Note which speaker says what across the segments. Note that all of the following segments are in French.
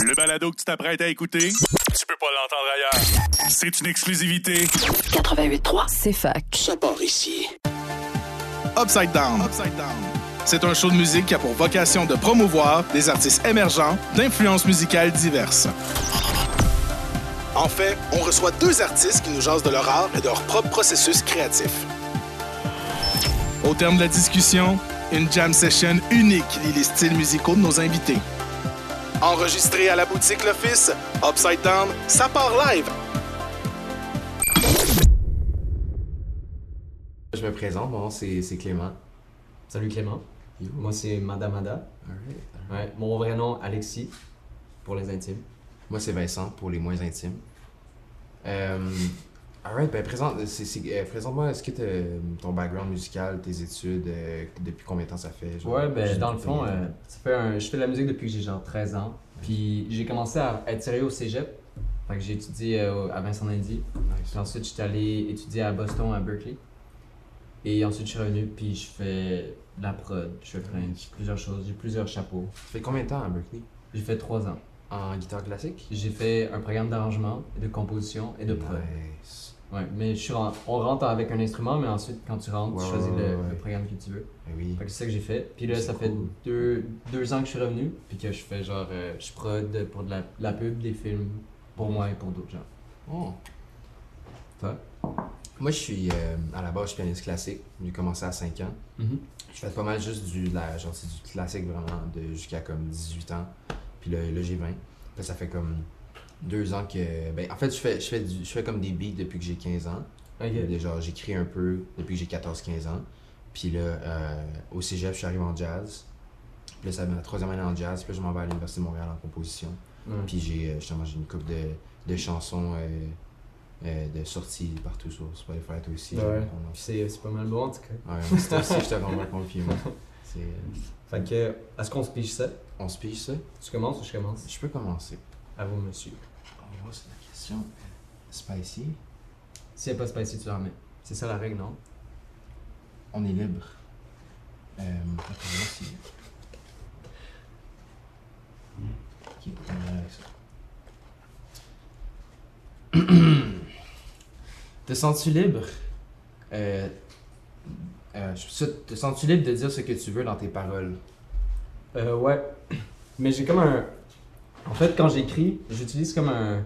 Speaker 1: Le balado que tu t'apprêtes à écouter, tu peux pas l'entendre ailleurs. C'est une exclusivité.
Speaker 2: 88.3, c'est fac.
Speaker 3: Ça part ici.
Speaker 4: Upside Down. C'est un show de musique qui a pour vocation de promouvoir des artistes émergents d'influences musicales diverses. En fait, on reçoit deux artistes qui nous jasent de leur art et de leur propre processus créatif. Au terme de la discussion, une jam session unique lie les styles musicaux de nos invités. Enregistré à la boutique L'Office, Upside Down, ça part live
Speaker 5: Je me présente, mon nom c'est c'est Clément.
Speaker 6: Salut Clément.
Speaker 5: You.
Speaker 6: Moi c'est Madame Ada.
Speaker 5: Alright.
Speaker 6: Ouais, mon vrai nom Alexis pour les intimes.
Speaker 5: Moi c'est Vincent pour les moins intimes. Euh, alright, ben présente, c'est- c'est- euh, présente-moi est-ce que t'as- ton background musical, tes études, euh, depuis combien de temps ça fait? genre?
Speaker 6: Ouais, ben
Speaker 5: J'ai-
Speaker 6: dans le fond, euh, ça fait un- je fais de la musique depuis que j'ai genre 13 ans. Puis j'ai commencé à être sérieux au cégep. Fait que j'ai étudié euh, à Vincent Indy.
Speaker 5: Nice.
Speaker 6: Puis ensuite, j'étais allé étudier à Boston, à Berkeley. Et ensuite, je suis revenu, puis je fais de la prod, je fais plein, de- plusieurs choses, j'ai plusieurs chapeaux.
Speaker 5: Ça fait combien de temps à Berkeley?
Speaker 6: J'ai fait trois ans.
Speaker 5: En guitare classique?
Speaker 6: J'ai fait un programme d'arrangement, de composition et de prod.
Speaker 5: Nice.
Speaker 6: Ouais, mais je suis ren- on rentre avec un instrument, mais ensuite, quand tu rentres, tu
Speaker 5: Ouais,
Speaker 6: choisis
Speaker 5: ouais,
Speaker 6: le,
Speaker 5: ouais.
Speaker 6: le programme que tu veux.
Speaker 5: Ben oui.
Speaker 6: Fait que c'est ça que j'ai fait. Puis là,
Speaker 5: C'est
Speaker 6: ça
Speaker 5: cool.
Speaker 6: fait deux, deux ans que je suis revenu, puis que je fais genre, euh, je prod pour de la, de la pub, des films, pour moi et pour d'autres gens.
Speaker 5: Oh.
Speaker 6: Toi?
Speaker 5: Moi je suis euh, à la base je suis pianiste classique. J'ai commencé à 5 ans.
Speaker 6: Mhm.
Speaker 5: Je fais pas mal juste du, de la, genre, c'est du classique vraiment de jusqu'à comme 18 ans. Puis là, là j'ai 20. Puis ça fait comme deux ans que. Ben, en fait, je fais, je fais, du- je fais comme des beats depuis que j'ai 15 ans.
Speaker 6: Ok.
Speaker 5: Déjà, genre, j'écris un peu depuis que j'ai 14-15 ans. Puis là, euh, au cégep, je suis arrivé en jazz. Puis là, ça va ma troisième année en jazz. Puis là, je m'en vais à l'Université de Montréal en composition.
Speaker 6: Ouais.
Speaker 5: Puis j'ai euh, justement j'ai une coupe de, de chansons euh, euh, de sorties partout sur Spotify, toi aussi.
Speaker 6: Ouais.
Speaker 5: On en-
Speaker 6: Puis c'est c'est pas mal bon en tout cas.
Speaker 5: Ouais, moi, c'est aussi, je te rends un compliment. C'est. euh,
Speaker 6: Fait que, est-ce qu'on se pige ça
Speaker 5: On se pige ça?
Speaker 6: Tu commences ou je commence
Speaker 5: Je peux commencer.
Speaker 6: À vous, monsieur.
Speaker 5: Oh, c'est la question. Spicy.
Speaker 6: Si elle pas spicy, tu la remets. C'est ça la règle, non
Speaker 5: On est libre. Euh, attends, voir si- Ok, on va avec ça. Te sens-tu libre? Euh, euh, je suis sûr- te sens-tu libre de dire ce que tu veux dans tes paroles?
Speaker 6: Euh, ouais. Mais j'ai comme un. En fait, quand j'écris, j'utilise comme un.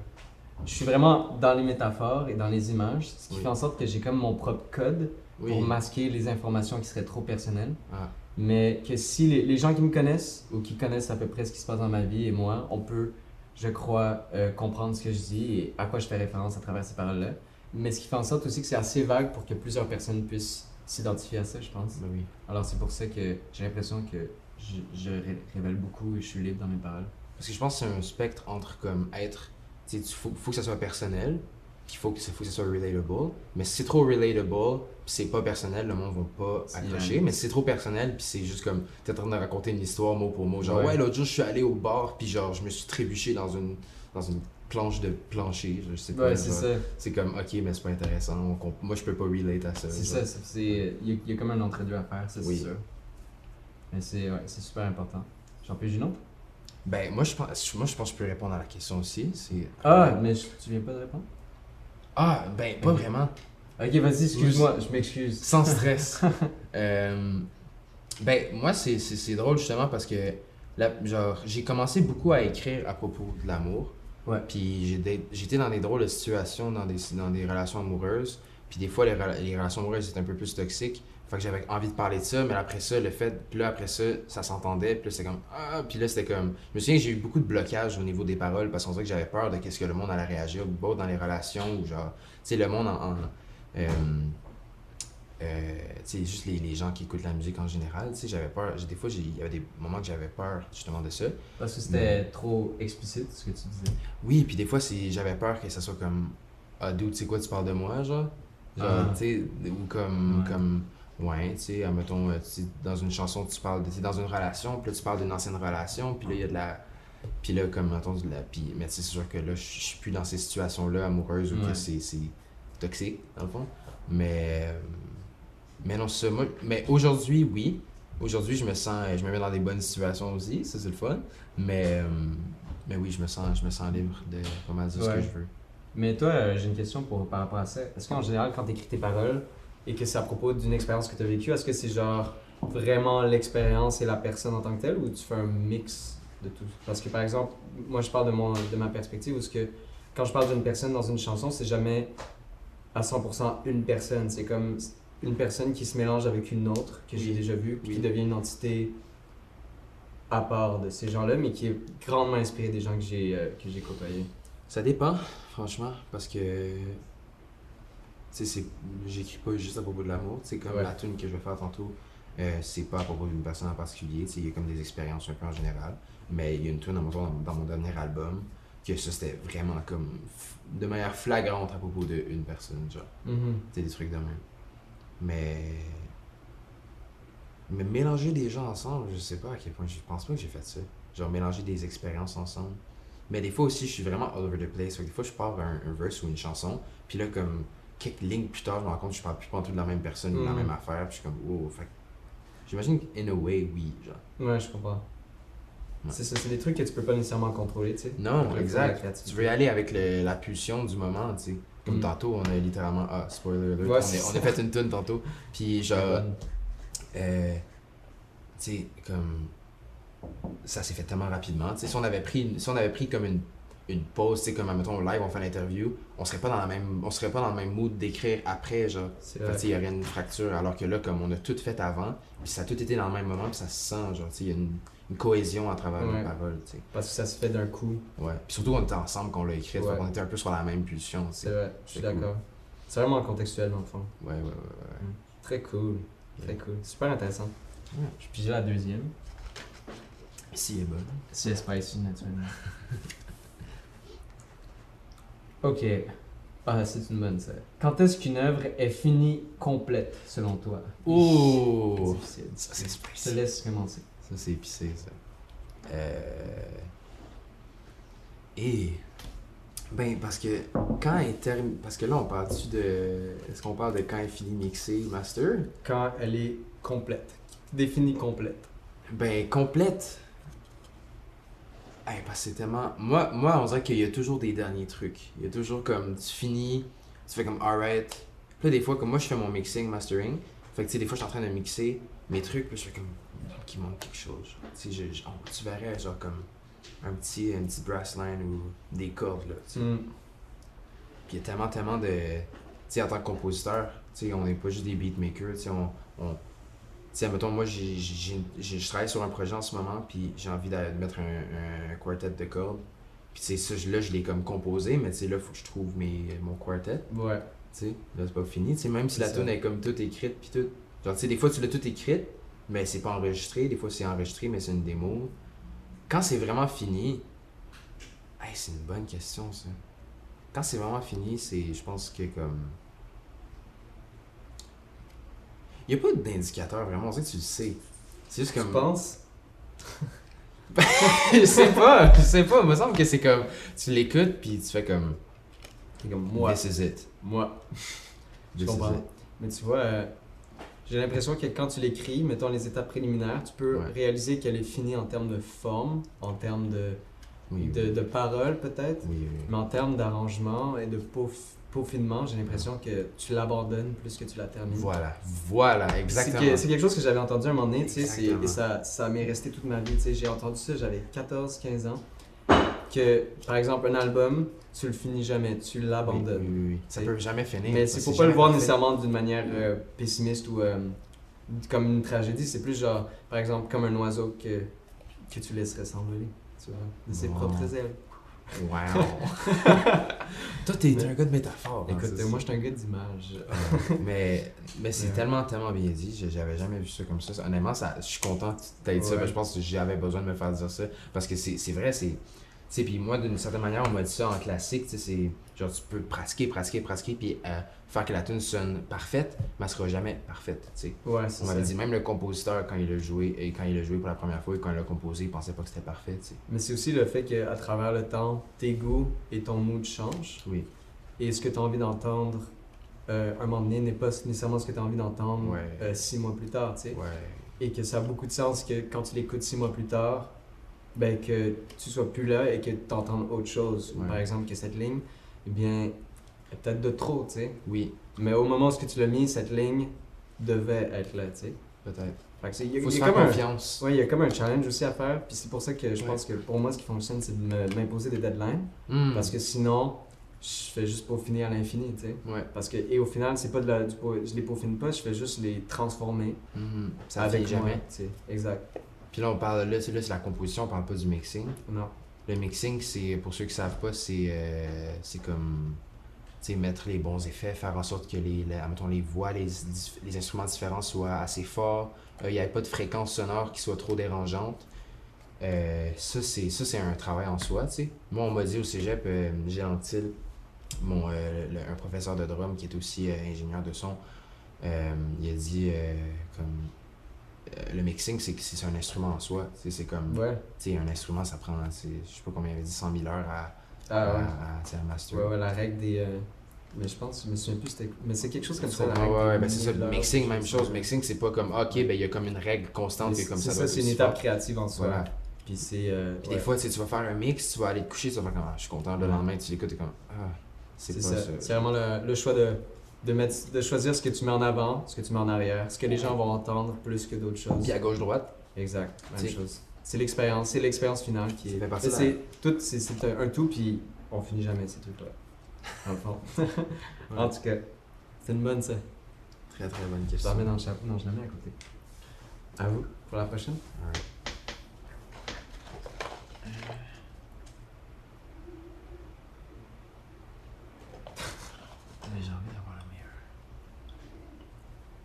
Speaker 6: Je suis vraiment dans les métaphores et dans les images, ce qui
Speaker 5: Oui.
Speaker 6: fait en sorte que j'ai comme mon propre code pour masquer les informations qui seraient trop personnelles.
Speaker 5: Ah.
Speaker 6: Mais que si les, les gens qui me connaissent ou qui connaissent à peu près ce qui se passe dans ma vie et moi, on peut, je crois, euh, comprendre ce que je dis et à quoi je fais référence à travers ces paroles-là. Mais ce qui fait en sorte aussi que c'est assez vague pour que plusieurs personnes puissent s'identifier à ça, je pense.
Speaker 5: Ben oui.
Speaker 6: Alors c'est pour ça que j'ai l'impression que je, je ré- révèle beaucoup et je suis libre dans mes paroles.
Speaker 5: Parce que je pense que c'est un spectre entre comme être. Tu sais, tu- faut, faut que ça soit personnel, puis faut que, ça- faut que ça soit relatable. Mais si c'est trop relatable, puis c'est pas personnel, le monde va pas
Speaker 6: C'est
Speaker 5: accrocher.
Speaker 6: vrai.
Speaker 5: Mais si c'est trop personnel, puis c'est juste comme. T'es en train de raconter une histoire mot pour mot. Genre, ouais,
Speaker 6: Ouais.
Speaker 5: l'autre jour, je suis allé au bar, puis genre, je me suis trébuché dans une, dans une planche de plancher. Je sais pas.
Speaker 6: Ouais, c'est
Speaker 5: genre.
Speaker 6: ça.
Speaker 5: C'est comme, ok, mais c'est pas intéressant. on comp- moi, je peux pas relate à ça.
Speaker 6: C'est
Speaker 5: genre.
Speaker 6: ça. c'est- c'est- Il y, a- il y a comme un entre-deux à faire, ça c'est
Speaker 5: Oui.
Speaker 6: sûr. Mais c'est ouais, c'est super important. J'en peux une autre
Speaker 5: Ben, moi je, pense, moi, je pense que je peux répondre à la question aussi. C'est.
Speaker 6: Ah, mais je- tu viens pas de répondre
Speaker 5: Ah, ben, pas vraiment.
Speaker 6: Ok, vas-y, excuse-moi, je m'excuse.
Speaker 5: Sans stress. Euh, ben, moi, c'est- c'est c'est drôle justement parce que la- genre, j'ai commencé beaucoup à écrire à propos de l'amour.
Speaker 6: Ouais.
Speaker 5: Puis j'ai des- j'étais dans des drôles de situations, dans des, dans des relations amoureuses. Puis des fois, les, rela- les relations amoureuses étaient un peu plus toxiques. Fait que j'avais envie de parler de ça, mais après ça, le fait, puis là, après ça, ça s'entendait, puis là, c'était comme, ah, puis là, c'était comme, je me souviens, j'ai eu beaucoup de blocages au niveau des paroles parce qu'on dirait que j'avais peur de qu'est-ce que le monde allait réagir, both dans les relations ou genre, tu sais, le monde en. en- euh, euh, tu sais, juste les, les gens qui écoutent la musique en général, tu sais, j'avais peur. j'ai- Des fois, j'ai- il y avait des moments que j'avais peur justement de ça.
Speaker 6: Parce que c'était trop explicite ce que tu disais.
Speaker 5: Oui, puis des fois, c'est- j'avais peur que ça soit comme Ah, dude, tu sais quoi, tu parles de moi, genre. Genre,
Speaker 6: Ah.
Speaker 5: tu sais, ou comme,
Speaker 6: Ouais.
Speaker 5: comme ouais, tu sais, admettons, euh, tu sais, dans une chanson, tu parles, de- tu sais, dans une relation, puis là, tu parles d'une ancienne relation, puis là, il y a de la. Puis là, comme, mettons, de la. Puis, mais tu sais, c'est sûr que là, je je suis plus dans ces situations-là amoureuses où que
Speaker 6: Ouais.
Speaker 5: c'est c'est toxique, dans le fond. Mais. euh, Mais non, ça, moi. Mais aujourd'hui, oui. Aujourd'hui, je me sens. Je me mets dans des bonnes situations aussi, ça, c'est le fun. Mais. euh, Mais oui, je me sens, je me sens libre de comment dire ce que
Speaker 6: Ouais.
Speaker 5: je veux.
Speaker 6: Mais toi, euh, j'ai une question pour, par rapport à ça. Est-ce qu'en général, quand tu écris tes paroles et que c'est à propos d'une expérience que tu as vécue, est-ce que c'est genre vraiment l'expérience et la personne en tant que telle ou tu fais un mix de tout Parce que par exemple, moi je parle de, mon, de ma perspective où ce que quand je parle d'une personne dans une chanson, c'est jamais à 100% une personne. C'est comme une personne qui se mélange avec une autre que j'ai déjà vue, puis qui devient une entité à part de ces gens-là, mais qui est grandement inspirée des gens que j'ai euh, que j'ai côtoyés.
Speaker 5: Ça dépend, franchement, parce que. Tu sais, c'est- j'écris pas juste à propos de l'amour. C'est comme
Speaker 6: Ouais.
Speaker 5: la tune que je vais faire tantôt, euh, c'est pas à propos d'une personne en particulier. Tu sais, il y a comme des expériences un peu en général. Mais il y a une tune dans mon, dans, mon- dans mon dernier album que ça, c'était vraiment comme. f- de manière flagrante à propos d'une personne, genre. Tu sais, des trucs de même. Mais. Mais mélanger des gens ensemble, je sais pas à quel point je pense pas que j'ai fait ça. Genre mélanger des expériences ensemble. Mais des fois aussi, je suis vraiment all over the place. Fait que des fois, je pars un, un verse ou une chanson, puis là, comme quelques lignes plus tard, je me rends compte que je parle plus pas en tout de la même personne ou de la
Speaker 6: Mhm.
Speaker 5: même affaire, puis je suis comme, oh, fait que- J'imagine qu'in a way, oui, genre.
Speaker 6: Ouais, je comprends.
Speaker 5: Ouais.
Speaker 6: C'est ça, c'est des trucs que tu peux pas nécessairement contrôler, tu sais.
Speaker 5: Non,
Speaker 6: Après, faut la
Speaker 5: exact.
Speaker 6: créativité.
Speaker 5: Tu veux y aller avec le- la pulsion du moment, tu sais. Comme
Speaker 6: Mm.
Speaker 5: tantôt, on a littéralement. Ah, spoiler alert,
Speaker 6: Ouais,
Speaker 5: on,
Speaker 6: c'est
Speaker 5: est- on
Speaker 6: ça.
Speaker 5: a fait une tune tantôt. Puis genre. euh, tu sais, comme. Ça s'est fait tellement rapidement. Tu sais, si on avait pris, une- si on avait pris comme une, une pause, tu sais, comme, mettons, live, on fait l'interview, on serait pas dans la même, on serait pas dans le même mood d'écrire après, genre.
Speaker 6: C'est euh,
Speaker 5: Fait que, tu sais, il y aurait une fracture, alors que là, comme on a tout fait avant, puis ça a tout été dans le même moment, puis ça se sent, genre, tu sais, il y a une, une cohésion à travers
Speaker 6: Ouais.
Speaker 5: les paroles, tu sais.
Speaker 6: Parce que ça se fait d'un coup.
Speaker 5: Ouais. Puis surtout, on était ensemble qu'on l'a écrit,
Speaker 6: Ouais.
Speaker 5: donc on était un peu sur la même pulsion. tu sais.
Speaker 6: C'est vrai, je suis
Speaker 5: c'est cool.
Speaker 6: d'accord. C'est vraiment contextuel, dans le fond.
Speaker 5: Ouais, ouais, ouais. ouais.
Speaker 6: Très cool. Très cool. Super intéressant.
Speaker 5: Ouais.
Speaker 6: Je pige la deuxième.
Speaker 5: Si, est bonne.
Speaker 6: C'est spicy, naturellement. ok. Ah, c'est une bonne, ça. Quand est-ce qu'une œuvre est finie, complète, selon toi
Speaker 5: Oh!
Speaker 6: Difficile.
Speaker 5: Ça, c'est
Speaker 6: Je te
Speaker 5: spécial.
Speaker 6: laisse commencer.
Speaker 5: Ça, c'est épicé, ça. Euh... Et... Ben, parce que quand elle termine... Parce que là, on parle-tu de... Est-ce qu'on parle de quand elle finit mixer master?
Speaker 6: Quand elle est complète. Définie complète.
Speaker 5: Ben, complète. Hey, parce que c'est tellement. Moi, moi, on dirait qu'il y a toujours des derniers trucs. Il y a toujours comme tu finis, tu fais comme alright. Puis là, des fois, comme moi, je fais mon mixing, mastering. Fait que tu sais, des fois, je suis en train de mixer mes trucs, puis je fais comme. Il me semble qu'il manque quelque chose. genre. Tu sais, je- je- on- tu verrais, genre, comme un petit, un petit brass line ou des cordes, là. tu sais.
Speaker 6: Hmm.
Speaker 5: Puis il y a tellement, tellement de. Tu sais, en tant que compositeur, tu sais, on n'est pas juste des beatmakers, tu sais, on. on- tu sais, mettons, moi, j'ai- j'ai- j'ai- je travaille sur un projet en ce moment, puis j'ai envie d'a- de mettre un, un quartet de cordes. Puis, tu sais, ça, je- là, je l'ai comme composé, mais tu sais, là, faut que je trouve mes, mon quartet,
Speaker 6: Ouais.
Speaker 5: tu sais. Là, c'est pas fini, tu sais, même si
Speaker 6: C'est
Speaker 5: la
Speaker 6: ça.
Speaker 5: tune est comme toute écrite, puis tout. Genre, tu sais, des fois, tu l'as toute écrite, mais c'est pas enregistré. Des fois, c'est enregistré, mais c'est une démo. Quand c'est vraiment fini, Hey, c'est une bonne question, ça. Quand c'est vraiment fini, c'est. Je pense que comme. Il n'y a pas d'indicateur vraiment, on dirait que tu le sais. C'est juste
Speaker 6: Tu
Speaker 5: comme.
Speaker 6: penses
Speaker 5: je sais pas, je sais pas. Il me semble que c'est comme. Tu l'écoutes, puis tu fais comme.
Speaker 6: T'es comme moi.
Speaker 5: This is it.
Speaker 6: Moi. Je
Speaker 5: This is
Speaker 6: comprends.
Speaker 5: it.
Speaker 6: Mais tu vois, euh, j'ai l'impression que quand tu l'écris, mettons les étapes préliminaires, tu peux
Speaker 5: Ouais.
Speaker 6: réaliser qu'elle est finie en termes de forme, en termes de,
Speaker 5: Oui, oui.
Speaker 6: de, de paroles peut-être,
Speaker 5: Oui, oui.
Speaker 6: mais en termes d'arrangement et de peauf- peaufinement, j'ai l'impression que tu l'abandonnes plus que tu la termines.
Speaker 5: Voilà, voilà,
Speaker 6: Mm. C'est
Speaker 5: exactement.
Speaker 6: que- c'est quelque chose que j'avais entendu un moment donné, tu sais, c'est-
Speaker 5: Exactement.
Speaker 6: et ça, ça m'est resté toute ma vie, tu sais, j'ai entendu ça, j'avais 14-15 ans, que par exemple un album, tu le finis jamais, tu l'abandonnes.
Speaker 5: Oui, oui, oui, oui. Ça peut jamais finir.
Speaker 6: Mais
Speaker 5: ça,
Speaker 6: c'est pour pas le
Speaker 5: jamais
Speaker 6: voir
Speaker 5: parfait.
Speaker 6: nécessairement d'une manière euh, pessimiste ou euh, comme une tragédie. C'est plus genre, par exemple, comme un oiseau que, que tu laisserais s'envoler. Tu vois, de ses
Speaker 5: Wow.
Speaker 6: propres ailes.
Speaker 5: Wow. Toi, t'es
Speaker 6: Mais-
Speaker 5: un gars de métaphore. hein,
Speaker 6: Écoute,
Speaker 5: c'est
Speaker 6: moi,
Speaker 5: ça.
Speaker 6: je suis un gars d'image.
Speaker 5: mais mais c'est
Speaker 6: Ouais.
Speaker 5: tellement, tellement bien dit. J'ai- J'avais jamais vu ça comme ça. Honnêtement, ça, je suis content que tu aies dit ça.
Speaker 6: Ouais.
Speaker 5: parce que Je pense que j'avais besoin de me faire dire ça. Parce que c'est c'est vrai, c'est. Tu sais, puis moi, d'une certaine manière, on m'a dit ça en classique. Tu sais, c'est. Genre, tu peux pratiquer, pratiquer, pratiquer, puis euh, faire que la tune sonne parfaite, mais elle sera jamais parfaite. Tu sais.
Speaker 6: Ouais, c'est
Speaker 5: On m'avait
Speaker 6: ça.
Speaker 5: dit, même le compositeur, quand il l'a joué, et quand il l'a joué pour la première fois et quand il l'a composé, il pensait pas que c'était parfait. tu sais.
Speaker 6: Mais c'est aussi le fait qu'à travers le temps, tes goûts et ton mood changent.
Speaker 5: Oui.
Speaker 6: Et ce que tu as envie d'entendre euh, un moment donné n'est pas nécessairement ce que tu as envie d'entendre
Speaker 5: Ouais.
Speaker 6: euh, six mois plus tard, tu sais.
Speaker 5: Ouais.
Speaker 6: Et que ça a beaucoup de sens que quand tu l'écoutes six mois plus tard, ben, que tu sois plus là et que tu entends autre chose. Ou
Speaker 5: Ouais.
Speaker 6: Par exemple, que cette ligne, eh bien, est peut-être de trop, tu sais.
Speaker 5: Oui,
Speaker 6: Mais au moment où ce que tu l'as mis, cette ligne devait être là, tu sais.
Speaker 5: peut-être.
Speaker 6: Fait que c'est- il y a-
Speaker 5: Faut
Speaker 6: il
Speaker 5: se
Speaker 6: y a
Speaker 5: faire
Speaker 6: comme un-
Speaker 5: confiance.
Speaker 6: Ouais, il y a comme un challenge aussi à faire, puis c'est pour ça que je
Speaker 5: Ouais.
Speaker 6: pense que pour moi, ce qui fonctionne, c'est de me- m'imposer des deadlines,
Speaker 5: Hmm.
Speaker 6: parce que sinon, je fais juste peaufiner à l'infini, tu sais.
Speaker 5: Ouais.
Speaker 6: Parce que, et au final, c'est pas de la, du, pau- je les peaufine pas, je fais juste les transformer
Speaker 5: Hmm. Ça
Speaker 6: avec
Speaker 5: avec jamais.
Speaker 6: moi, tu sais. Exact.
Speaker 5: Puis là, on parle, là, c'est là, c'est la composition, on parle pas du mixing.
Speaker 6: Non.
Speaker 5: Le mixing, c'est, pour ceux qui savent pas, c'est, euh, c'est comme, tu sais, mettre les bons effets, faire en sorte que les, les, admettons, les voix, les, dif- les instruments différents soient assez forts, euh, il n'y ait pas de fréquence sonore qui soit trop dérangeante. Euh, ça, c'est, ça, c'est un travail en soi, tu sais. Moi, on m'a dit au cégep, euh, Géantil, mon, euh, le- un professeur de drum qui est aussi euh, ingénieur de son, euh, il a dit, euh, comme, euh, le mixing, c'est, que c'est un instrument en soi, tu sais, c'est comme
Speaker 6: Ouais.
Speaker 5: tu sais, un instrument, ça prend, c'est- je sais pas combien il avait dit, 100 000 heures à, à,
Speaker 6: Ah
Speaker 5: à- tu sais, à
Speaker 6: ouais.
Speaker 5: master.
Speaker 6: Ouais, ouais, la règle des. euh, mais je pense, je me souviens plus, c'était. Mais c'est quelque chose comme ça. la
Speaker 5: Ah
Speaker 6: règle
Speaker 5: ouais,
Speaker 6: des
Speaker 5: ouais, ben c'est ça.
Speaker 6: mille heures,
Speaker 5: Mixing, même
Speaker 6: quelque
Speaker 5: chose.
Speaker 6: comme ça.
Speaker 5: Mixing, c'est pas comme, ok, ben il y a comme une règle constante que
Speaker 6: C'est
Speaker 5: comme
Speaker 6: c'est
Speaker 5: ça.
Speaker 6: ça,
Speaker 5: doit
Speaker 6: c'est
Speaker 5: être
Speaker 6: une
Speaker 5: aussi
Speaker 6: étape
Speaker 5: fort.
Speaker 6: créative en soi.
Speaker 5: Voilà.
Speaker 6: Puis c'est. euh,
Speaker 5: Puis
Speaker 6: ouais.
Speaker 5: des fois, tu sais, tu vas faire un mix, tu vas aller te coucher, tu vas faire comme, ah, je suis content. Le
Speaker 6: Ouais.
Speaker 5: lendemain, tu l'écoutes, t'es comme, ah, c'est
Speaker 6: C'est
Speaker 5: pas
Speaker 6: ça.
Speaker 5: ça.
Speaker 6: C'est vraiment le, le choix de, de, mettre, de choisir ce que tu mets en avant, ce que tu mets en arrière, ce que les gens vont entendre plus que d'autres choses.
Speaker 5: Puis à gauche-droite,
Speaker 6: Exact, même
Speaker 5: C'est-
Speaker 6: chose. C'est l'expérience, c'est l'expérience finale qui
Speaker 5: Ça
Speaker 6: est.
Speaker 5: fait partie de la-
Speaker 6: c'est tout, c'est, c'est un, un tout, puis on finit jamais ces trucs-là. Dans le fond. en tout cas, c'est une bonne ça.
Speaker 5: très très bonne
Speaker 6: Je
Speaker 5: question.
Speaker 6: la remets dans le chapeau, non, je la mets à côté. À vous, pour la prochaine.
Speaker 5: Ouais. Mais j'ai envie d'avoir la meilleure.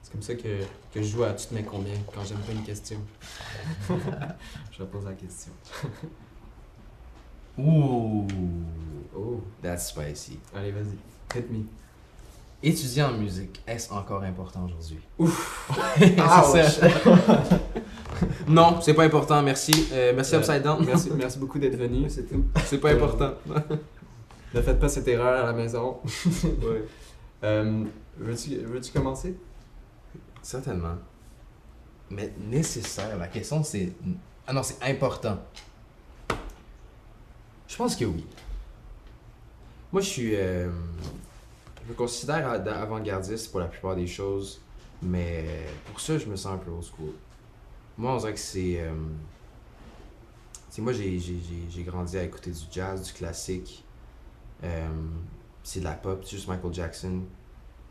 Speaker 6: C'est comme ça que, que je joue à tu te mets combien quand j'aime pas une question. je repose la question.
Speaker 5: Ouh,
Speaker 6: Oh,
Speaker 5: that's spicy.
Speaker 6: allez, vas-y. Hit me.
Speaker 5: Étudier en musique, est-ce encore important aujourd'hui?
Speaker 6: Ouch.
Speaker 5: Non, c'est pas important, merci. Euh, merci
Speaker 6: Euh,
Speaker 5: Upside Down.
Speaker 6: Merci, merci beaucoup d'être venu, c'est tout.
Speaker 5: C'est pas important.
Speaker 6: Ne faites pas cette erreur à la maison. Euh, veux-tu, veux-tu commencer?
Speaker 5: Certainement. Mais nécessaire, la question c'est. Ah non, c'est important. Je pense que oui. Moi, je suis. euh, Je me considère ad- avant-gardiste pour la plupart des choses, mais pour ça, je me sens un peu old school. Moi, on dirait que c'est. euh, tu sais, moi, j'ai- j'ai j'ai- j'ai grandi à écouter du jazz, du classique. Euh, c'est de la pop, c'est juste Michael Jackson.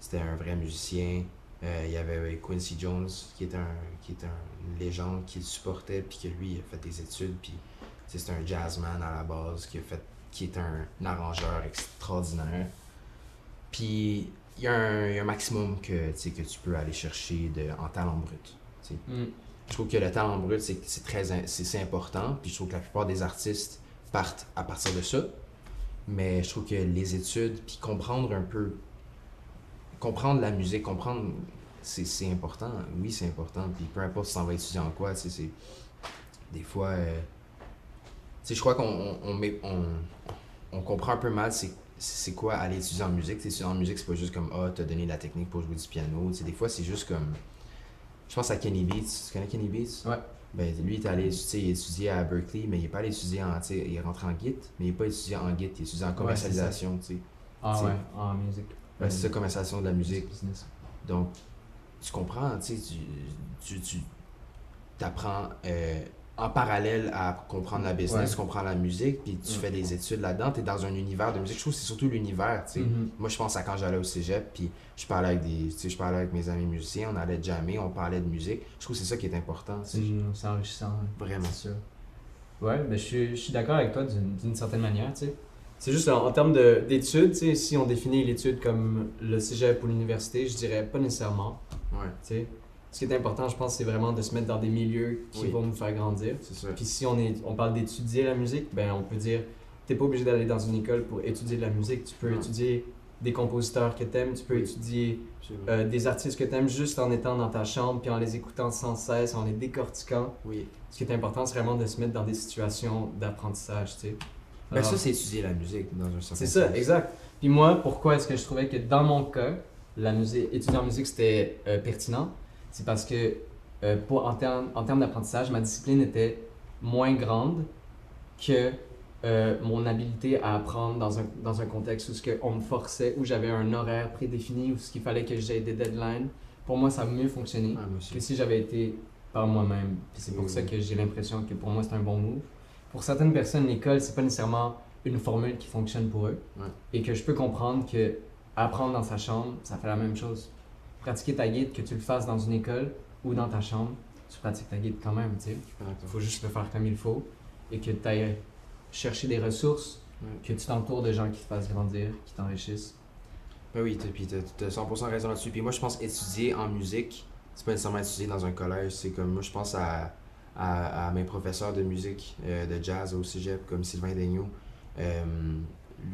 Speaker 5: C'était un vrai musicien. Euh, il y avait euh, Quincy Jones, qui est, un, qui est un- une légende qui le supportait, puis que lui, il a fait des études, puis tu sais, c'est un jazzman à la base, qui, a fait, qui est un, un arrangeur extraordinaire. Puis il y, a un- il y a un maximum que, tu sais, que tu peux aller chercher de, en talent brut. tu sais.
Speaker 6: Mm.
Speaker 5: Je trouve que le talent brut, c'est c'est très in- c'est c'est important, puis je trouve que la plupart des artistes partent à partir de ça. Mais je trouve que les études, puis comprendre un peu comprendre la musique, comprendre, c'est, c'est important. Oui, c'est important. Puis peu importe si t'en vas étudier en quoi, tu sais, c'est. Des fois. euh, tu sais, je crois qu'on on, on met- on- on comprend un peu mal c'est, c'est quoi aller étudier en musique. Tu sais, étudier en musique, c'est pas juste comme, ah, t'as donné de la technique pour jouer du piano. Tu sais, des fois, c'est juste comme. Je pense à Kenny Beats. Tu connais Kenny Beats?
Speaker 6: Ouais.
Speaker 5: Ben, lui, il est allé tu sais, il a étudié à Berkeley, mais il est pas allé étudier en. tu sais, Il est rentré en Git, mais il est pas étudié en Git, il est étudié en commercialisation. tu sais.
Speaker 6: Ah
Speaker 5: C'est-
Speaker 6: ouais, en musique.
Speaker 5: Ben, c'est ça, commercialisation de la musique.
Speaker 6: Business.
Speaker 5: Donc, tu comprends, tu sais, tu, tu, apprends euh, en parallèle à comprendre la business,
Speaker 6: Ouais. Mm.
Speaker 5: comprendre la musique, puis tu
Speaker 6: Ouais.
Speaker 5: fais des études là-dedans, tu es dans un univers de musique. Je trouve que c'est surtout l'univers, tu sais.
Speaker 6: Mhm.
Speaker 5: Moi, je pense à quand j'allais au cégep, puis je parlais avec des, tu sais, je parlais avec mes amis musiciens, on allait jammer, on parlait de musique. Je trouve que c'est ça qui est important, tu sais.
Speaker 6: C'est, c'est enrichissant. hein. ouais.
Speaker 5: Vraiment.
Speaker 6: C'est sûr. Ouais, ben, je, suis- je suis d'accord avec toi d'une, d'une certaine manière, tu sais. C'est juste en, en termes de- d'études, tu sais, si on définit l'étude comme le cégep ou l'université, je dirais pas nécessairement,
Speaker 5: Ouais,
Speaker 6: tu sais. Ce qui est important, je pense, c'est vraiment de se mettre dans des milieux qui
Speaker 5: Oui.
Speaker 6: vont nous faire grandir.
Speaker 5: c'est ça.
Speaker 6: Puis si on, est, on parle d'étudier la musique, ben on peut dire, t'es pas obligé d'aller dans une école pour étudier de la musique. Tu peux
Speaker 5: Non.
Speaker 6: étudier des compositeurs que t'aimes, tu peux étudier
Speaker 5: Absolument.
Speaker 6: euh, des artistes que t'aimes juste en étant dans ta chambre, puis en les écoutant sans cesse, en les décortiquant.
Speaker 5: oui.
Speaker 6: Ce qui est important, c'est vraiment de se mettre dans des situations d'apprentissage, tu sais.
Speaker 5: Ben,
Speaker 6: Alors,
Speaker 5: ça, c'est étudier la musique dans un certain
Speaker 6: c'est ça,
Speaker 5: sens.
Speaker 6: exact. Puis moi, pourquoi est-ce que je trouvais que dans mon cas, la musique, étudier en musique, c'était euh, pertinent? C'est parce que euh, pour, en termes en termes d'apprentissage, ma discipline était moins grande, que euh, mon habilité à apprendre dans un, dans un contexte où ce que on me forçait, où j'avais un horaire prédéfini, où ce qu'il fallait que j'aie des deadlines, pour moi, ça a mieux fonctionné
Speaker 5: Ah, moi aussi.
Speaker 6: que si j'avais été par moi-même. Puis c'est pour
Speaker 5: Oui,
Speaker 6: ça
Speaker 5: oui.
Speaker 6: que j'ai l'impression que pour moi, c'est un bon move. Pour certaines personnes, l'école, c'est pas nécessairement une formule qui fonctionne pour eux.
Speaker 5: Ouais.
Speaker 6: Et que je peux comprendre que apprendre dans sa chambre, ça fait la même chose. Pratiquer ta guide, que tu le fasses dans une école ou dans ta chambre, tu pratiques ta guide quand même, tu sais.
Speaker 5: Je suis d'accord.
Speaker 6: Il faut juste le faire comme il faut et que tu ailles chercher des ressources,
Speaker 5: Ouais.
Speaker 6: que tu t'entoures de gens qui te fassent grandir, qui t'enrichissent.
Speaker 5: Ben oui, t'as, puis t'as, t'as 100% raison là-dessus. Puis moi, je pense étudier en musique, c'est pas nécessairement étudier dans un collège. C'est comme, moi, je pense à, à, à mes professeurs de musique, euh, de jazz au cégep, comme Sylvain Daigneault. Euh,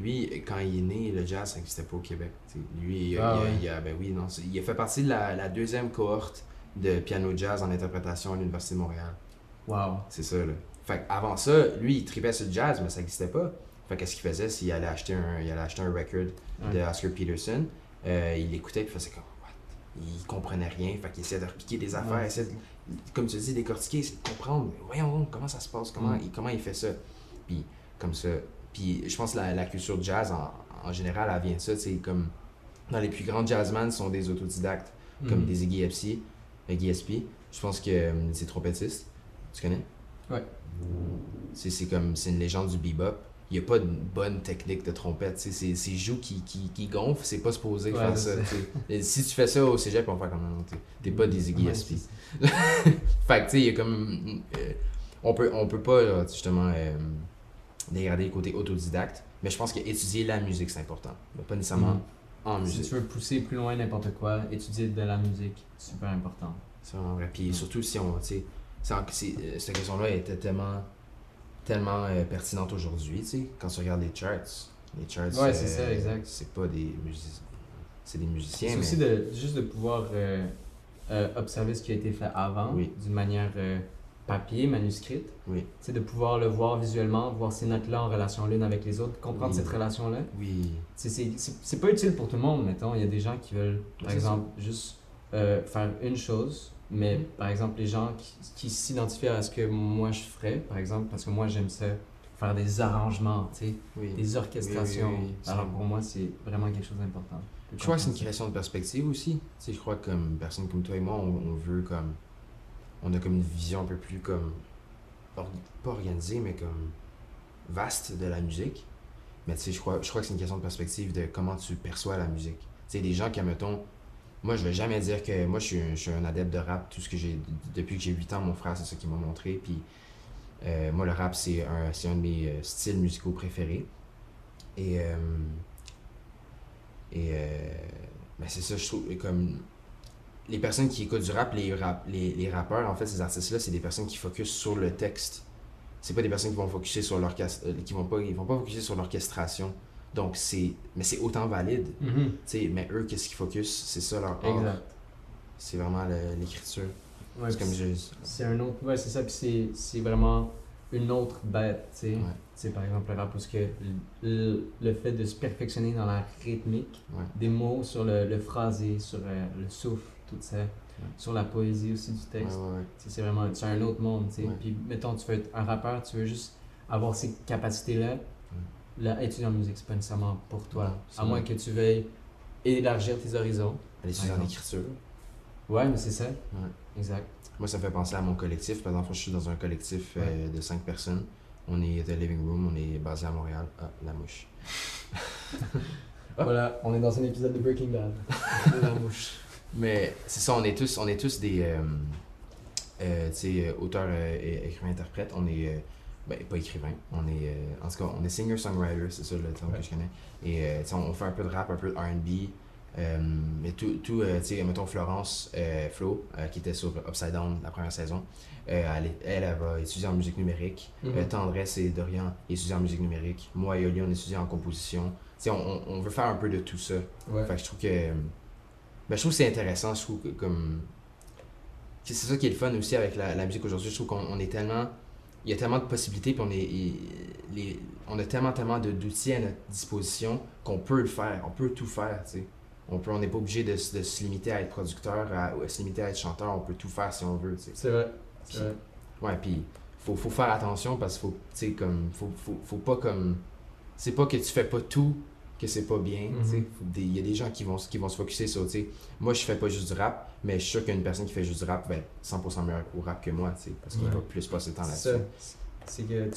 Speaker 5: lui, quand il est né, le jazz, ça n'existait pas au Québec. T'sais, lui, il, a-
Speaker 6: Ah
Speaker 5: il a-
Speaker 6: ouais.
Speaker 5: il a- ben oui, non, c'est- il a fait partie de la, la deuxième cohorte de piano jazz en interprétation à l'Université de Montréal.
Speaker 6: Wow.
Speaker 5: C'est ça, là. Fait avant ça, lui, il tripait sur le jazz, mais ça n'existait pas. Fait qu'est-ce qu'il faisait, s'il allait acheter un, il allait acheter un record de
Speaker 6: Ouais.
Speaker 5: Oscar Peterson, euh, il l'écoutait, puis il faisait comme, what? Il comprenait rien, fait qu'il essayait de repiquer des affaires,
Speaker 6: Ouais.
Speaker 5: essayait de- comme tu dis, décortiquer, essayer de comprendre, voyons donc, comment ça se passe, comment,
Speaker 6: Mm.
Speaker 5: il, comment il fait ça. Puis, comme ça. Puis, je pense que la, la culture jazz, en, en général, elle vient de ça, c'est comme, dans les plus grands jazzmen sont des autodidactes, comme
Speaker 6: Mhm.
Speaker 5: des Iggy Epsi- euh, Gillespie. Je pense que euh, c'est trompettiste. Tu connais?
Speaker 6: Ouais.
Speaker 5: C'est, c'est comme, c'est une légende du bebop. Il n'y a pas de bonne technique de trompette. tu sais, C'est ses joues qui, qui, qui gonflent, c'est pas supposé
Speaker 6: Ouais,
Speaker 5: faire
Speaker 6: je
Speaker 5: ça. tu
Speaker 6: sais.
Speaker 5: sais. Et si tu fais ça au cégep, on va faire comme non, non, t'es- t'es pas des Iggy
Speaker 6: Ouais,
Speaker 5: Epsi. fait que, tu sais, il y a comme. euh, on, peut, on peut pas, genre, justement, euh, dégrader le côté autodidacte, mais je pense qu'étudier la musique, c'est important. Mais pas nécessairement
Speaker 6: Mhm.
Speaker 5: en
Speaker 6: Si
Speaker 5: musique.
Speaker 6: tu veux pousser plus loin n'importe quoi, étudier de la musique, super important.
Speaker 5: C'est vraiment vrai.
Speaker 6: Mm.
Speaker 5: Puis surtout si on, tu sais, c'est en- c'est- euh, cette question-là était tellement, tellement euh, pertinente aujourd'hui, tu sais, quand tu regardes les charts. Les charts, euh,
Speaker 6: Ouais, c'est ça, exact.
Speaker 5: C'est pas des musiciens, c'est des musiciens,
Speaker 6: C'est
Speaker 5: mais
Speaker 6: aussi de, juste de pouvoir euh, euh, observer ce qui a été fait avant,
Speaker 5: Oui.
Speaker 6: d'une manière euh, papier, manuscrite.
Speaker 5: Oui.
Speaker 6: C'est de pouvoir le voir visuellement, voir ces notes-là en relation l'une avec les autres, comprendre
Speaker 5: Oui.
Speaker 6: cette relation-là.
Speaker 5: oui,
Speaker 6: C'est- C'est c'est- c'est pas utile pour tout le monde, mettons. Il y a des gens qui veulent, par
Speaker 5: C'est
Speaker 6: exemple, juste euh, faire une chose, mais
Speaker 5: Mm-hmm.
Speaker 6: par exemple, les gens qui, qui s'identifient à ce que moi je ferais, par exemple, parce que moi j'aime ça, faire des arrangements, tu sais,
Speaker 5: oui.
Speaker 6: des orchestrations.
Speaker 5: Oui, oui, oui, oui.
Speaker 6: Alors
Speaker 5: C'est-
Speaker 6: pour moi, c'est vraiment quelque chose d'important.
Speaker 5: Je crois que c'est une création de perspective aussi. Tu sais, je crois que comme personne comme toi et moi, on, on veut comme. On a comme une vision un peu plus comme. or- pas organisée, mais comme. vaste de la musique. Mais tu sais, je crois, je crois que c'est une question de perspective de comment tu perçois la musique. Tu sais, des gens qui, mettons. Moi, je vais jamais dire que. Moi, je suis, un- je suis un adepte de rap. Tout ce que j'ai. Depuis que j'ai 8 ans, mon frère, c'est ça qu'il m'a montré. Puis. euh, moi, le rap, c'est un, c'est un de mes euh, styles musicaux préférés. Et. euh, et euh, ben, c'est ça, je trouve que comme les personnes qui écoutent du rap, les, rap- les, les rappeurs, en fait, ces artistes-là, c'est des personnes qui focusent sur le texte. C'est pas des personnes qui vont focuser sur l'orchestration, qui vont pas, ils vont pas focuser sur l'orchestration. Donc c'est, mais c'est autant valide. tu
Speaker 6: Mhm.
Speaker 5: sais, mais eux, qu'est-ce qu'ils focusent C'est ça leur art.
Speaker 6: Exact.
Speaker 5: C'est vraiment le- l'écriture.
Speaker 6: Ouais,
Speaker 5: C'est comme
Speaker 6: puis
Speaker 5: je.
Speaker 6: C'est un autre. Ouais, c'est ça. Puis c'est, c'est vraiment une autre bête, tu sais.
Speaker 5: Ouais.
Speaker 6: Tu sais, par exemple, le rap, parce que le, le fait de se perfectionner dans la rythmique,
Speaker 5: Ouais.
Speaker 6: des mots sur le, le phrasé, sur euh, le souffle, tout ça, sur la poésie aussi du
Speaker 5: Ouais,
Speaker 6: texte.
Speaker 5: ouais, ouais.
Speaker 6: Tu sais, C'est vraiment c'est un autre monde. tu sais.
Speaker 5: Ouais.
Speaker 6: Puis, mettons, tu veux être un rappeur, tu veux juste avoir ces capacités-là. Là, étudier en musique, c'est pas nécessairement pour toi.
Speaker 5: Non, c'est
Speaker 6: à moins que tu veuilles élargir tes horizons.
Speaker 5: Elle étudie en
Speaker 6: exemple.
Speaker 5: écriture.
Speaker 6: Ouais, mais c'est ça. Exact.
Speaker 5: Moi, ça me fait penser à mon collectif. Par exemple, je suis dans un collectif euh, de cinq personnes. On est The Living Room, on est basé à Montréal. Ah, la mouche.
Speaker 3: Ah!
Speaker 6: Voilà, on est dans un épisode de Breaking Bad. la mouche.
Speaker 5: Mais c'est ça, on est tous, on est tous des euh, euh, tu sais, euh, auteurs, euh, et écrivains-interprètes. On est, euh, ben, pas écrivains, on est, euh, en tout cas, on est singer-songwriter, c'est ça le terme que je connais. Et euh, tu sais, on, on fait un peu de rap, un peu de R&B. euh, mais tout, tout euh, tu sais, mettons Florence euh, Flo, euh, qui était sur Upside Down la première saison, euh, elle, est- elle, elle va étudier en musique numérique.
Speaker 6: Mhm.
Speaker 5: Euh, Tendresse et Dorian étudient en musique numérique. Moi et Oli, on étudie en composition. Tu sais, on, on- on veut faire un peu de tout ça.
Speaker 6: Ouais.
Speaker 5: Fait que je trouve que. ben, je trouve que c'est intéressant. Je trouve que comme. C'est c'est ça qui est le fun aussi avec la, la musique aujourd'hui. Je trouve qu'on on est tellement. Il y a tellement de possibilités, puis on, est, et- les, on a tellement, tellement de- d'outils à notre disposition qu'on peut le faire. On peut tout faire, tu sais. On peut- on n'est pas obligé de, se- de se limiter à être producteur, à, ou à se limiter à être chanteur. On peut tout faire si on veut, tu sais.
Speaker 6: C'est vrai.
Speaker 5: Puis-
Speaker 6: C'est vrai.
Speaker 5: Ouais, puis faut, faut faire attention parce qu'il faut, tu sais, comme, faut, faut, faut pas comme. C'est pas que tu fais pas tout que c'est pas bien. tu sais.
Speaker 6: Mhm.
Speaker 5: Faut des- Il y a des gens qui vont, s- qui vont se focusser sur, tu sais, moi je fais pas juste du rap, mais je suis sûr qu'une personne qui fait juste du rap va être 100% meilleure au rap que moi, tu sais, parce qu'il
Speaker 3: Ouais.
Speaker 5: va plus passer de
Speaker 6: Ah,
Speaker 5: temps
Speaker 3: C'est ça.
Speaker 5: là-dessus.
Speaker 3: C'est que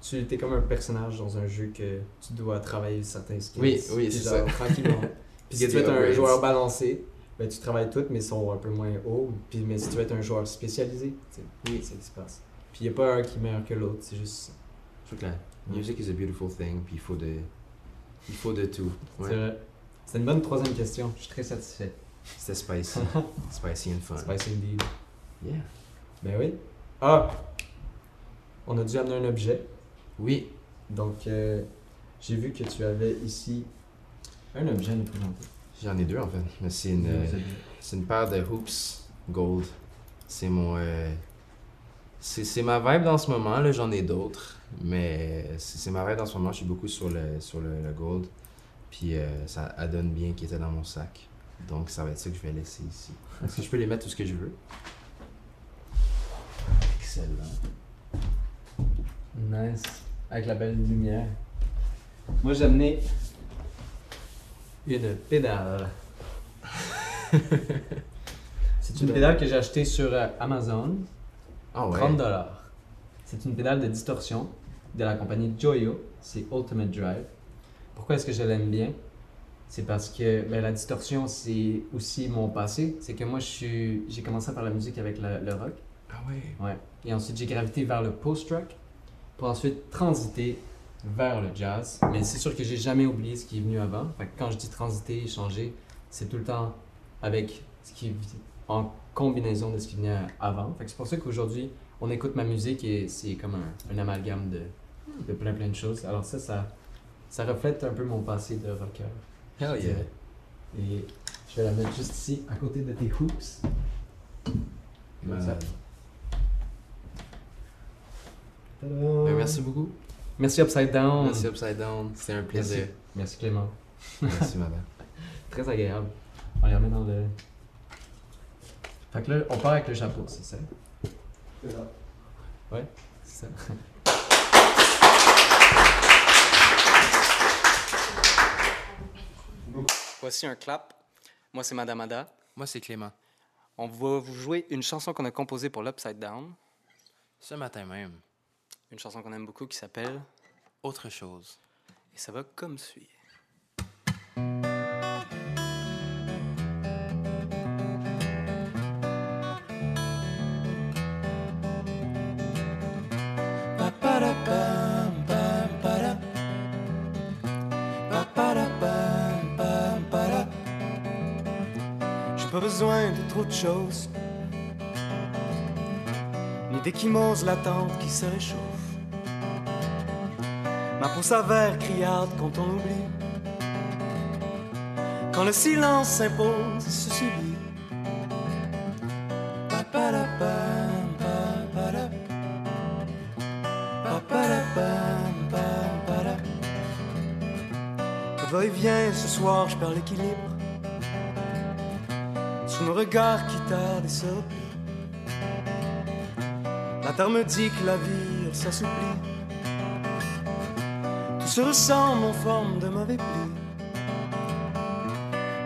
Speaker 3: tu, tu t'es comme un personnage dans un jeu que tu dois travailler certains skills.
Speaker 5: Oui, oui,
Speaker 3: Puis
Speaker 5: c'est
Speaker 3: genre, Tranquillement. Puis si
Speaker 5: Get
Speaker 3: tu veux
Speaker 5: the
Speaker 3: être un
Speaker 5: upgrades.
Speaker 3: joueur balancé, ben, tu travailles tout, mais ils sont un peu moins hauts. Puis mais si tu veux être un joueur spécialisé, tu sais,
Speaker 5: Oui.
Speaker 3: c'est ce qui se passe. Puis il n'y a pas un qui est meilleur que l'autre, c'est juste ça.
Speaker 5: Je trouve que la music is a beautiful thing, puis il faut de, il faut de tout.
Speaker 3: C'est
Speaker 5: Ouais.
Speaker 3: vrai. C'est une bonne troisième question.
Speaker 6: Je suis très satisfait.
Speaker 5: C'était spicy. spicy and fun.
Speaker 3: Spice indeed.
Speaker 5: Yeah.
Speaker 3: Ben oui. Ah! On a dû amener un objet.
Speaker 5: Oui,
Speaker 3: Donc, euh, j'ai vu que tu avais ici un objet à nous présenter.
Speaker 5: j'en ai deux en fait, mais c'est une, euh, c'est une paire de hoops gold. C'est mon, euh, c'est c'est ma vibe dans ce moment là. J'en ai d'autres, mais c'est c'est ma vibe dans ce moment. Je suis beaucoup sur le, sur le, le gold, puis euh, ça adonne bien qu'il était dans mon sac. Donc ça va être ça que je vais laisser ici. Est-ce que je peux les mettre tout ce que je veux? Excellent.
Speaker 6: Nice. Avec la belle lumière. Moi, j'ai amené
Speaker 3: Une pédale.
Speaker 6: C'est une pédale que j'ai achetée sur euh, Amazon,
Speaker 5: Ah ouais.
Speaker 6: 30 dollars. C'est une pédale de distorsion de la compagnie Joyo, c'est Ultimate Drive. Pourquoi est-ce que je l'aime bien C'est parce que ben, la distorsion, c'est aussi mon passé. C'est que moi, je suis- j'ai commencé par la musique avec la- le rock.
Speaker 5: Ah ouais.
Speaker 6: Ouais. Et ensuite, j'ai gravité vers le post-rock pour ensuite transiter vers le jazz. Mais c'est sûr que j'ai jamais oublié ce qui est venu avant. Fait que quand je dis transiter et changer, c'est tout le temps avec ce qui vi- en combinaison de ce qui venait avant. Fait que c'est pour ça qu'aujourd'hui, on écoute ma musique et c'est comme un, un amalgame de, de plein plein de choses. Alors ça, ça, ça reflète un peu mon passé de rocker.
Speaker 5: Hell yeah.
Speaker 6: euh, Et je vais la mettre juste ici, à côté de tes hoops. Comme ça.
Speaker 5: Malade. Ben, merci beaucoup.
Speaker 6: Merci Upside Down.
Speaker 5: Merci Upside Down. C'était un plaisir.
Speaker 6: Merci Clément.
Speaker 5: Merci madame.
Speaker 6: Très agréable. On les remet dans le. Fait que là, on part avec le chapeau, c'est ça? Ouais, c'est ça.
Speaker 7: Voici un clap. Moi, c'est Madame Ada.
Speaker 5: Moi c'est Clément.
Speaker 7: On va vous jouer une chanson qu'on a composée pour l'Upside Down.
Speaker 5: Ce matin même,
Speaker 7: Une chanson qu'on aime beaucoup qui s'appelle
Speaker 5: autre chose.
Speaker 7: Et ça va comme suit.
Speaker 8: J'ai pas besoin de trop de choses, ni d'échymoses latentes qui se réchauffent. Ma peau s'avère criarde quand on oublie, quand le silence s'impose, se subit. Pa-pa-da-pam, pa-pa-da. Pa-pa-da-pam, pa-pa-da. Le va-et-vient, ce soir je perds l'équilibre sous nos regards qui tardent et se replient. La terre me dit que la vie elle s'assouplit. Tout se ressemble en forme de mauvais pli.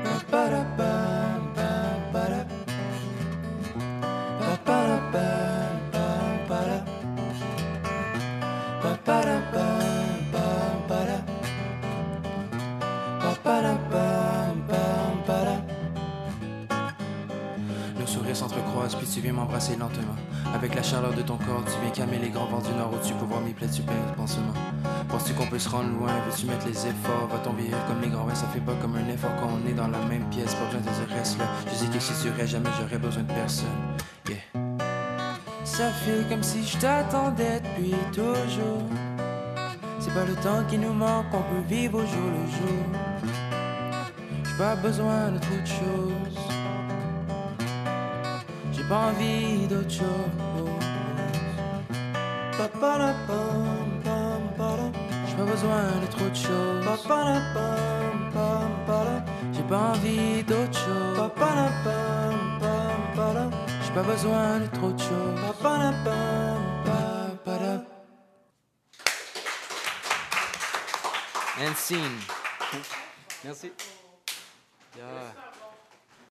Speaker 8: Pa-pa-da-pam, pam-pa-da. Pa-pa-da-pam, pam-pa-da. Pa-pa-da-pam, pam-pa-da. Pa-pa-da-pam, pam-pa-da.
Speaker 9: Nos sourires s'entrecroisent, puis tu viens m'embrasser lentement. Avec la chaleur de ton corps, tu viens calmer les grands vents du nord au-dessus pour voir mes plaies super pansement. Penses-tu qu'on peut se rendre loin? Veux-tu mettre les efforts? Va-t-on vieillir comme les grands ouais, ça fait pas comme un effort quand on est dans la même pièce. Pas besoin de dire reste là. Je sais que si tu restes, jamais j'aurais besoin de personne. Yeah. Ça fait comme si je t'attendais depuis toujours. C'est pas le temps qui nous manque, on peut vivre au jour le jour. J'ai pas besoin de trop de choses. J'ai pas envie d'autre chose. J'ai pas besoin de trop de choses. J'ai pas envie d'autre chose. J'ai pas besoin de trop de choses. padap. And scene.
Speaker 7: Merci.
Speaker 9: Yeah.